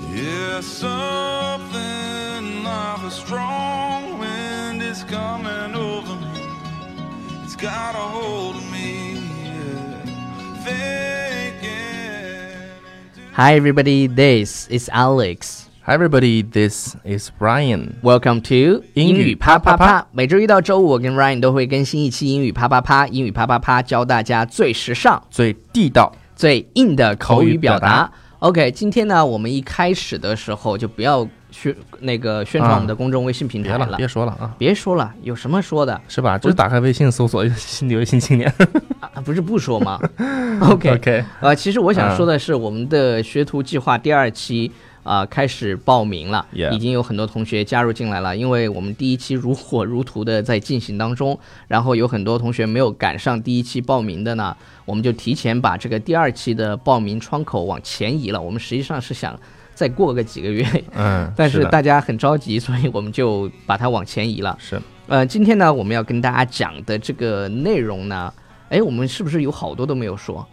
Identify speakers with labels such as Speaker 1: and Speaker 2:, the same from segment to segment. Speaker 1: There's something like a strong wind is coming over me. It's got a hold of me. Yeah. Thinking.
Speaker 2: Hi, everybody. This is Alex.
Speaker 3: Hi everybody, this is Brian.
Speaker 2: Welcome to
Speaker 3: 英语啪啪啪。
Speaker 2: 每周一到周五，我跟 Ryan 都会更新一期英语啪啪啪。英语啪啪啪，教大家最时尚、
Speaker 3: 最地道，
Speaker 2: 最硬的口语表达。
Speaker 3: 口语
Speaker 2: OK，今天呢，我们一开始的时候就不要宣那个宣传
Speaker 3: 啊
Speaker 2: 我们的公众微信平
Speaker 3: 别
Speaker 2: 台
Speaker 3: 了，别说了啊，
Speaker 2: 别说了，有什么说的
Speaker 3: 是吧？就是打开微信搜索“新旅游新青年
Speaker 2: 啊？不是不说 吗 ？OK
Speaker 3: ”，OK，
Speaker 2: 呃，其实我想
Speaker 3: 嗯
Speaker 2: 说的是，我们的学徒计划第二期啊、呃开始报名了
Speaker 3: Yeah
Speaker 2: 已经有很多同学加入进来了。因为我们第一期如火如荼的在进行当中，然后有很多同学没有赶上第一期报名的呢，我们就提前把这个第二期的报名窗口往前移了。我们实际上是想再过个几个月，
Speaker 3: 嗯，
Speaker 2: 但是
Speaker 3: 是的
Speaker 2: 大家很着急，所以我们就把它往前移了。
Speaker 3: 是
Speaker 2: 呃，今天呢，我们要跟大家讲的这个内容呢，哎，我们是不是有好多都没有说？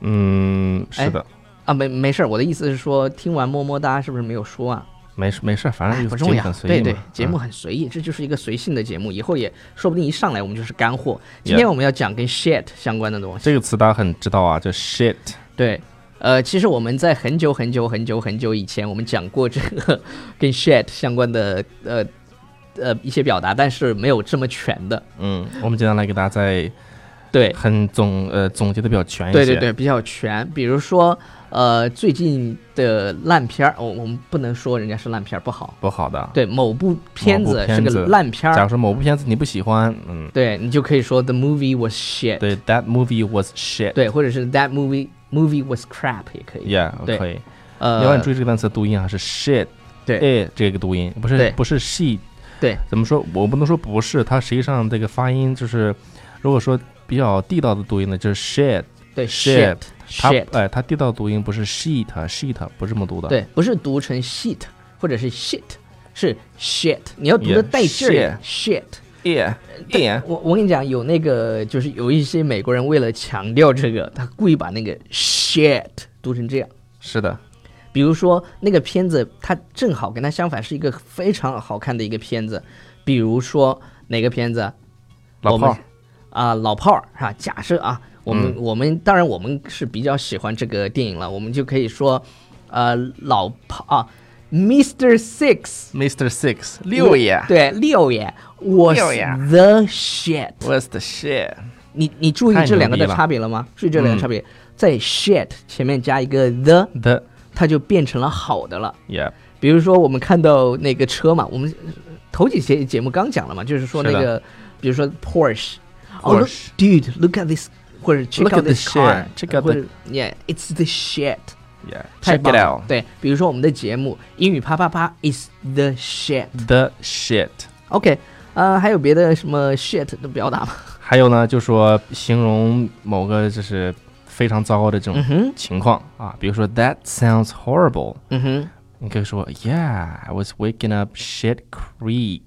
Speaker 3: 嗯，是的，
Speaker 2: 啊，没没事儿，我的意思是说，听完么么哒是不是没有说啊？
Speaker 3: 没事没事，反正
Speaker 2: 哎，
Speaker 3: 就
Speaker 2: 不
Speaker 3: 节
Speaker 2: 重
Speaker 3: 目
Speaker 2: 要
Speaker 3: 很，随
Speaker 2: 对
Speaker 3: 意
Speaker 2: 对
Speaker 3: 嘛，嗯
Speaker 2: 节目很随意，这就是一个随性的节目，以后也说不定一上来我们就是干货。今天
Speaker 3: Yeah
Speaker 2: 我们要讲跟 shit 相关的东西，
Speaker 3: 这个词大家很知道啊，叫 shit，
Speaker 2: 对。呃，其实我们在很久很久很久很久以前，我们讲过这个跟 shit 相关的呃呃一些表达，但是没有这么全的。
Speaker 3: 嗯，我们今天来给大家再
Speaker 2: 对，
Speaker 3: 很总呃总结的比较全一
Speaker 2: 对
Speaker 3: 些，
Speaker 2: 对对，比较全。比如说，呃，最近的烂片儿，我、我们不能说人家是烂片儿不好。
Speaker 3: 不好的。
Speaker 2: 对，某部片
Speaker 3: 某部
Speaker 2: 子是
Speaker 3: 片
Speaker 2: 个
Speaker 3: 子
Speaker 2: 烂片
Speaker 3: 假
Speaker 2: 儿
Speaker 3: 如，说某部片子你不喜欢，嗯，
Speaker 2: 对你就可以说 the movie was shit，
Speaker 3: 对，that movie was shit，
Speaker 2: 对或者是 that movie movie was crap 也可以。
Speaker 3: ，yeah，
Speaker 2: 对
Speaker 3: 可以。另外
Speaker 2: 呃
Speaker 3: 你注，意这个单词的读音啊，是 shit，
Speaker 2: 对
Speaker 3: 哎，这个读音不
Speaker 2: 对
Speaker 3: 是不是 she，
Speaker 2: 对，
Speaker 3: 怎么说？我不能说不是，它实际上这个发音就是，如果说比较地道的读音呢，就是 shit，
Speaker 2: 对
Speaker 3: shit，
Speaker 2: shit
Speaker 3: 它
Speaker 2: shit，
Speaker 3: 哎，它地道的读音不是 sheet sheet，不是这么读的，
Speaker 2: 对，不是读成 shit 或者是 shit，是 shit，你要读的
Speaker 3: Yeah，
Speaker 2: 带劲儿 shit。
Speaker 3: ，yeah
Speaker 2: 我我跟你讲，有那个就是有一些美国人为了强调这个，他故意把那个 shit 读成这样。
Speaker 3: 是的，
Speaker 2: 比如说那个片子，它正好跟它相反，是一个非常好看的一个片子。比如说哪个片子？
Speaker 3: 老
Speaker 2: 我们
Speaker 3: 炮儿嗯
Speaker 2: 啊、老炮儿哈、啊。假设啊，我们、我们当然我们是比较喜欢这个电影了，我们就可以说，呃，老炮啊，Mr. Six
Speaker 3: ，Mr. Six
Speaker 2: 我
Speaker 3: 六爷
Speaker 2: 对六爷我
Speaker 3: 六爷
Speaker 2: the shit。
Speaker 3: ，was the shit，
Speaker 2: 你你注意
Speaker 3: 太牛
Speaker 2: 这两个的
Speaker 3: 逼了
Speaker 2: 差别了吗？注意这两个
Speaker 3: 嗯
Speaker 2: 差别，在 shit 前面加一个 the，
Speaker 3: the
Speaker 2: 它就变成了好的了。
Speaker 3: yeah，
Speaker 2: 比如说，我们看到那个车嘛，我们呃头几节节目刚讲了嘛，就是说那
Speaker 3: 是
Speaker 2: 个，比如说 Porsche，哦、o
Speaker 3: Porsche
Speaker 2: dude, look at this，或者 check
Speaker 3: Look
Speaker 2: out
Speaker 3: at the
Speaker 2: this car，
Speaker 3: shit, check out
Speaker 2: 或者 yeah, it's the shit，
Speaker 3: yeah，
Speaker 2: 太
Speaker 3: check
Speaker 2: 棒
Speaker 3: it
Speaker 2: 了。
Speaker 3: out，the
Speaker 2: 对，比如说我们的节目英语啪啪啪 is the shit。
Speaker 3: shit。
Speaker 2: OK，呃，还有别的什么 shit 的表达吗？
Speaker 3: 还有呢，就说形容某个就是非常糟糕的这
Speaker 2: 嗯
Speaker 3: 种
Speaker 2: 哼，
Speaker 3: 情况、啊，比如说 That sounds horrible，
Speaker 2: 嗯哼
Speaker 3: 你可以说 Yeah, I was waking up shit creek.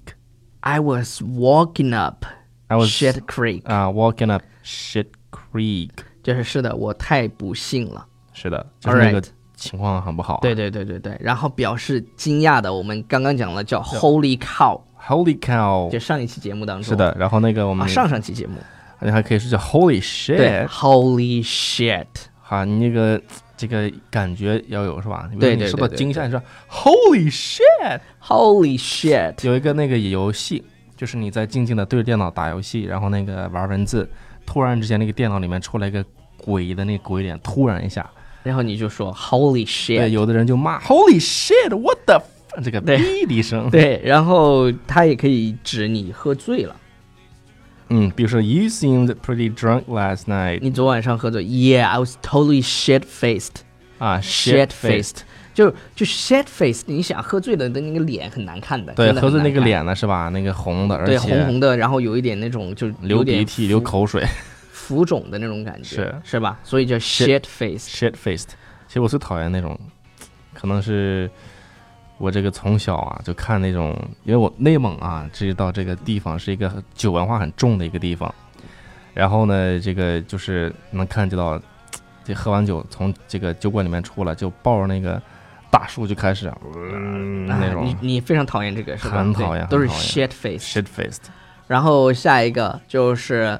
Speaker 2: ，I was walking up
Speaker 3: I was
Speaker 2: shit creek，
Speaker 3: 啊、waking up shit creek。
Speaker 2: 就是是的，我太不幸了。
Speaker 3: 是的，就是那
Speaker 2: Alright
Speaker 3: 个情况很不好、
Speaker 2: 对对对对对，然后表示惊讶的，我们刚刚讲了叫 Holy cow，
Speaker 3: ，Holy cow！
Speaker 2: 就上一期节目当中
Speaker 3: 是的，然嗯后那个我们、
Speaker 2: 啊，上上期节目
Speaker 3: 你还可以说叫 Holy
Speaker 2: 对
Speaker 3: shit，
Speaker 2: Holy shit，
Speaker 3: 哈，你那个这个感觉要有是吧？比如
Speaker 2: 对
Speaker 3: 你
Speaker 2: 对
Speaker 3: 受
Speaker 2: 对
Speaker 3: 到
Speaker 2: 对
Speaker 3: 惊吓，你说 Holy shit！
Speaker 2: Holy shit，
Speaker 3: 有一个那个游戏，就是你在静静的对着电脑打游戏，然后那个玩文字，突然之间那个电脑里面出来一个鬼的那个鬼脸，突然一下，
Speaker 2: 然后你就说 Holy
Speaker 3: 对，
Speaker 2: shit，
Speaker 3: 有的人就骂 Holy shit，what the，f-" 这个
Speaker 2: 对
Speaker 3: 哔的一声，
Speaker 2: 对，然后他也可以指你喝醉了，
Speaker 3: 嗯，比如说 You seemed pretty drunk last night，
Speaker 2: 你昨晚上喝醉，Yeah，I was totally shit faced。
Speaker 3: 啊
Speaker 2: Shit
Speaker 3: ，shit
Speaker 2: faced，就就 shit faced，你想喝醉了的那个脸很难看的，
Speaker 3: 对，
Speaker 2: 真的
Speaker 3: 喝
Speaker 2: 很
Speaker 3: 醉
Speaker 2: 难
Speaker 3: 那个
Speaker 2: 看，
Speaker 3: 脸呢是吧？那个红的，而
Speaker 2: 对
Speaker 3: 且
Speaker 2: 红红的，然后有一点那种就
Speaker 3: 流
Speaker 2: 有点
Speaker 3: 鼻涕、流口水
Speaker 2: 浮肿的那种感觉，
Speaker 3: 是
Speaker 2: 是吧？所以叫 shit face。
Speaker 3: ，shit faced。其实我最讨厌那种，可能是我这个从小啊就看那种，因为我内蒙啊，知道这个地方是一个酒文化很重的一个地方。然后呢，这个就是能看见到，这喝完酒从这个酒馆里面出来，就抱着那个大树就开始、嗯、
Speaker 2: 啊
Speaker 3: 那种
Speaker 2: 你你非常讨厌这个是吧？
Speaker 3: 很
Speaker 2: 对
Speaker 3: 讨厌
Speaker 2: 都是
Speaker 3: 很讨厌
Speaker 2: shit face。
Speaker 3: shit faced，
Speaker 2: 然后下一个就是，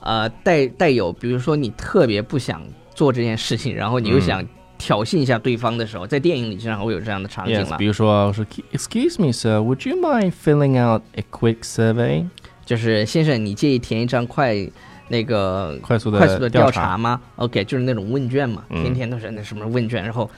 Speaker 2: 呃，带带有，比如说你特别不想做这件事情，然后你又
Speaker 3: 嗯
Speaker 2: 想挑衅一下对方的时候，在电影里经常会有这样的场景
Speaker 3: yes，
Speaker 2: 了
Speaker 3: 比如说说 Excuse me, sir, would you mind filling out a quick survey？
Speaker 2: 就是先生，你介意填一张快那个
Speaker 3: 快速的
Speaker 2: 快速的
Speaker 3: 调
Speaker 2: 调查吗？OK，就是那种问卷嘛，
Speaker 3: 嗯
Speaker 2: 天天都是那什么问卷，然后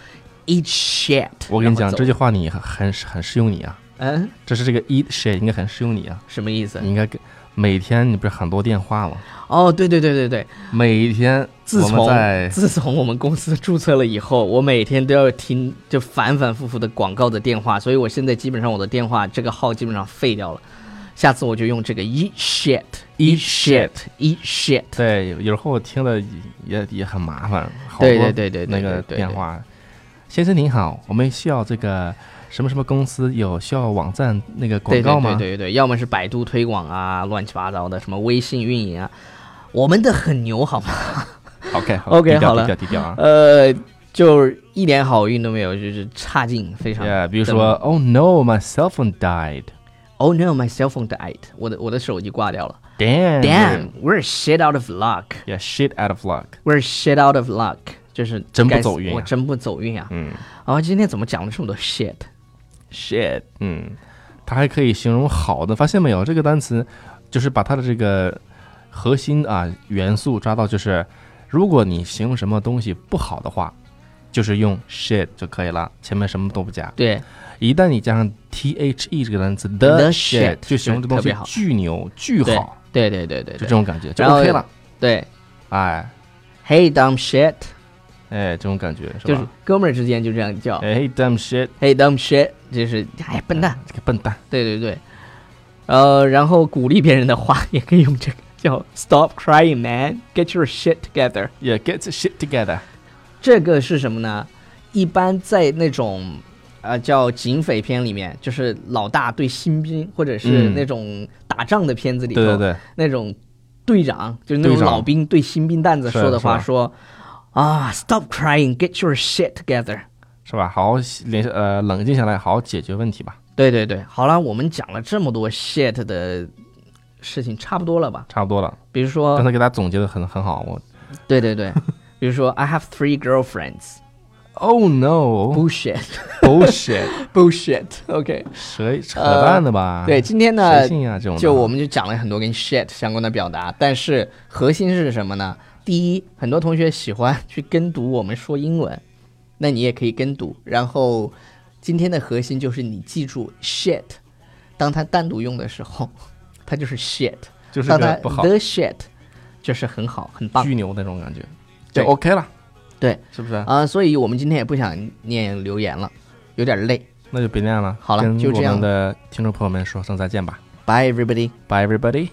Speaker 2: eat shit。
Speaker 3: 我跟你
Speaker 2: 然
Speaker 3: 讲，
Speaker 2: 后走
Speaker 3: 这句话你很很很适用你啊，
Speaker 2: 嗯
Speaker 3: 这是这个 eat shit 应该很适用你啊，
Speaker 2: 什么意思
Speaker 3: 你？应该跟每天你不是很多电话吗？
Speaker 2: 哦，对对对对对，
Speaker 3: 每天
Speaker 2: 自
Speaker 3: 我们
Speaker 2: 从
Speaker 3: 在
Speaker 2: 自从我们公司注册了以后，我每天都要听就反反复复的广告的电话，所以我现在基本上我的电话这个号基本上废掉了。下次我就用这个 eat shit eat shit eat shit。
Speaker 3: 对，有有时候我听了也也很麻烦，好多
Speaker 2: 对对对对对
Speaker 3: 那
Speaker 2: 对
Speaker 3: 个
Speaker 2: 对
Speaker 3: 电话。先生您好，我们需要这个什么什么公司有需要网站那个广
Speaker 2: 对
Speaker 3: 告吗？
Speaker 2: 对对对对，要么是百度推广啊，乱七八糟的，什么微信运营啊，我们的很牛，好吗？
Speaker 3: OK 好
Speaker 2: OK，
Speaker 3: 低调
Speaker 2: 好了
Speaker 3: 低调低调啊。
Speaker 2: 呃，就是一点好运都没有，就是差劲，非常。
Speaker 3: Yeah，比如说 Oh no, my cell phone died.
Speaker 2: Oh no, my cell phone died，我的我的手机挂掉了。
Speaker 3: Damn.
Speaker 2: Damn, we're shit out of luck.
Speaker 3: Yeah, shit out of luck.
Speaker 2: We're shit out of luck，就是
Speaker 3: 真不
Speaker 2: 该死
Speaker 3: 走运啊
Speaker 2: 我真不走运啊！
Speaker 3: 嗯
Speaker 2: 啊，今天怎么讲了这么多 shit？
Speaker 3: ，shit。嗯，它还可以形容好的，发现没有？这个单词就是把它的这个核心啊元素抓到，就是如果你形容什么东西不好的话，就是用 shit 就可以了，前面什么都不加。
Speaker 2: 对，
Speaker 3: 一旦你加上 t h e 这个单词
Speaker 2: The
Speaker 3: the
Speaker 2: shit，
Speaker 3: 就形容这
Speaker 2: 就
Speaker 3: 东
Speaker 2: 特别
Speaker 3: 西
Speaker 2: 好
Speaker 3: 巨牛巨
Speaker 2: 对
Speaker 3: 好，，
Speaker 2: 对对对对
Speaker 3: 就这
Speaker 2: 对
Speaker 3: 种感觉就
Speaker 2: 然后
Speaker 3: OK 了。
Speaker 2: 对
Speaker 3: 哎
Speaker 2: ，Hey dumb shit，
Speaker 3: 哎，这种感觉是
Speaker 2: 就是
Speaker 3: 吧？
Speaker 2: 哥们儿之间就这样叫
Speaker 3: 哎，hey damn shit，
Speaker 2: ，Hey dumb shit，就是哎笨蛋，
Speaker 3: 这个笨蛋。
Speaker 2: 对对对，呃，然后鼓励别人的话也可以用这个叫 Stop crying man, get your shit together。
Speaker 3: Yeah, get the shit together。
Speaker 2: 这个是什么呢？一般在那种呃叫警匪片里面，就是老大对新兵或者是
Speaker 3: 嗯
Speaker 2: 那种打仗的片子里头，
Speaker 3: 对对对，
Speaker 2: 那种队长就是那
Speaker 3: 队
Speaker 2: 种
Speaker 3: 长
Speaker 2: 老兵对新兵蛋子
Speaker 3: 是
Speaker 2: 说的
Speaker 3: 是
Speaker 2: 话
Speaker 3: 吧
Speaker 2: 说。啊、s t o p crying, get your shit together。
Speaker 3: 是吧？好好联呃冷静下来，好好解决问题吧，
Speaker 2: 对对对，好了，我们讲了这么多 shit 的事情，差不多了吧？
Speaker 3: 差不多了。
Speaker 2: 比如说
Speaker 3: 刚，才给大家总结的很很好，我
Speaker 2: 对对对，比如说 I have three girlfriends.
Speaker 3: Oh no
Speaker 2: Bullshit,
Speaker 3: bullshit，
Speaker 2: bullshit. OK，、
Speaker 3: 谁扯淡的吧？
Speaker 2: 对，，今天呢
Speaker 3: 谁，信啊这种的？
Speaker 2: 就我们就讲了很多跟 shit 相关的表达，但是核心是什么呢？第一，很多同学喜欢去跟读我们说英文，那你也可以跟读。然后，今天的核心就是你记住 shit，当它单独用的时候，它就是 shit；
Speaker 3: 就是
Speaker 2: 当它
Speaker 3: 个不好嗯
Speaker 2: the shit，就是很好、很棒
Speaker 3: 巨牛那种感觉，
Speaker 2: 对
Speaker 3: 就 OK 了，
Speaker 2: 对
Speaker 3: 是不是？
Speaker 2: 啊、所以我们今天也不想念留言了，有点累。
Speaker 3: 那就别练了，
Speaker 2: 好了
Speaker 3: 跟
Speaker 2: 就这样
Speaker 3: 我们的听众朋友们说声再见吧
Speaker 2: 拜 everybody。
Speaker 3: ，Bye everybody。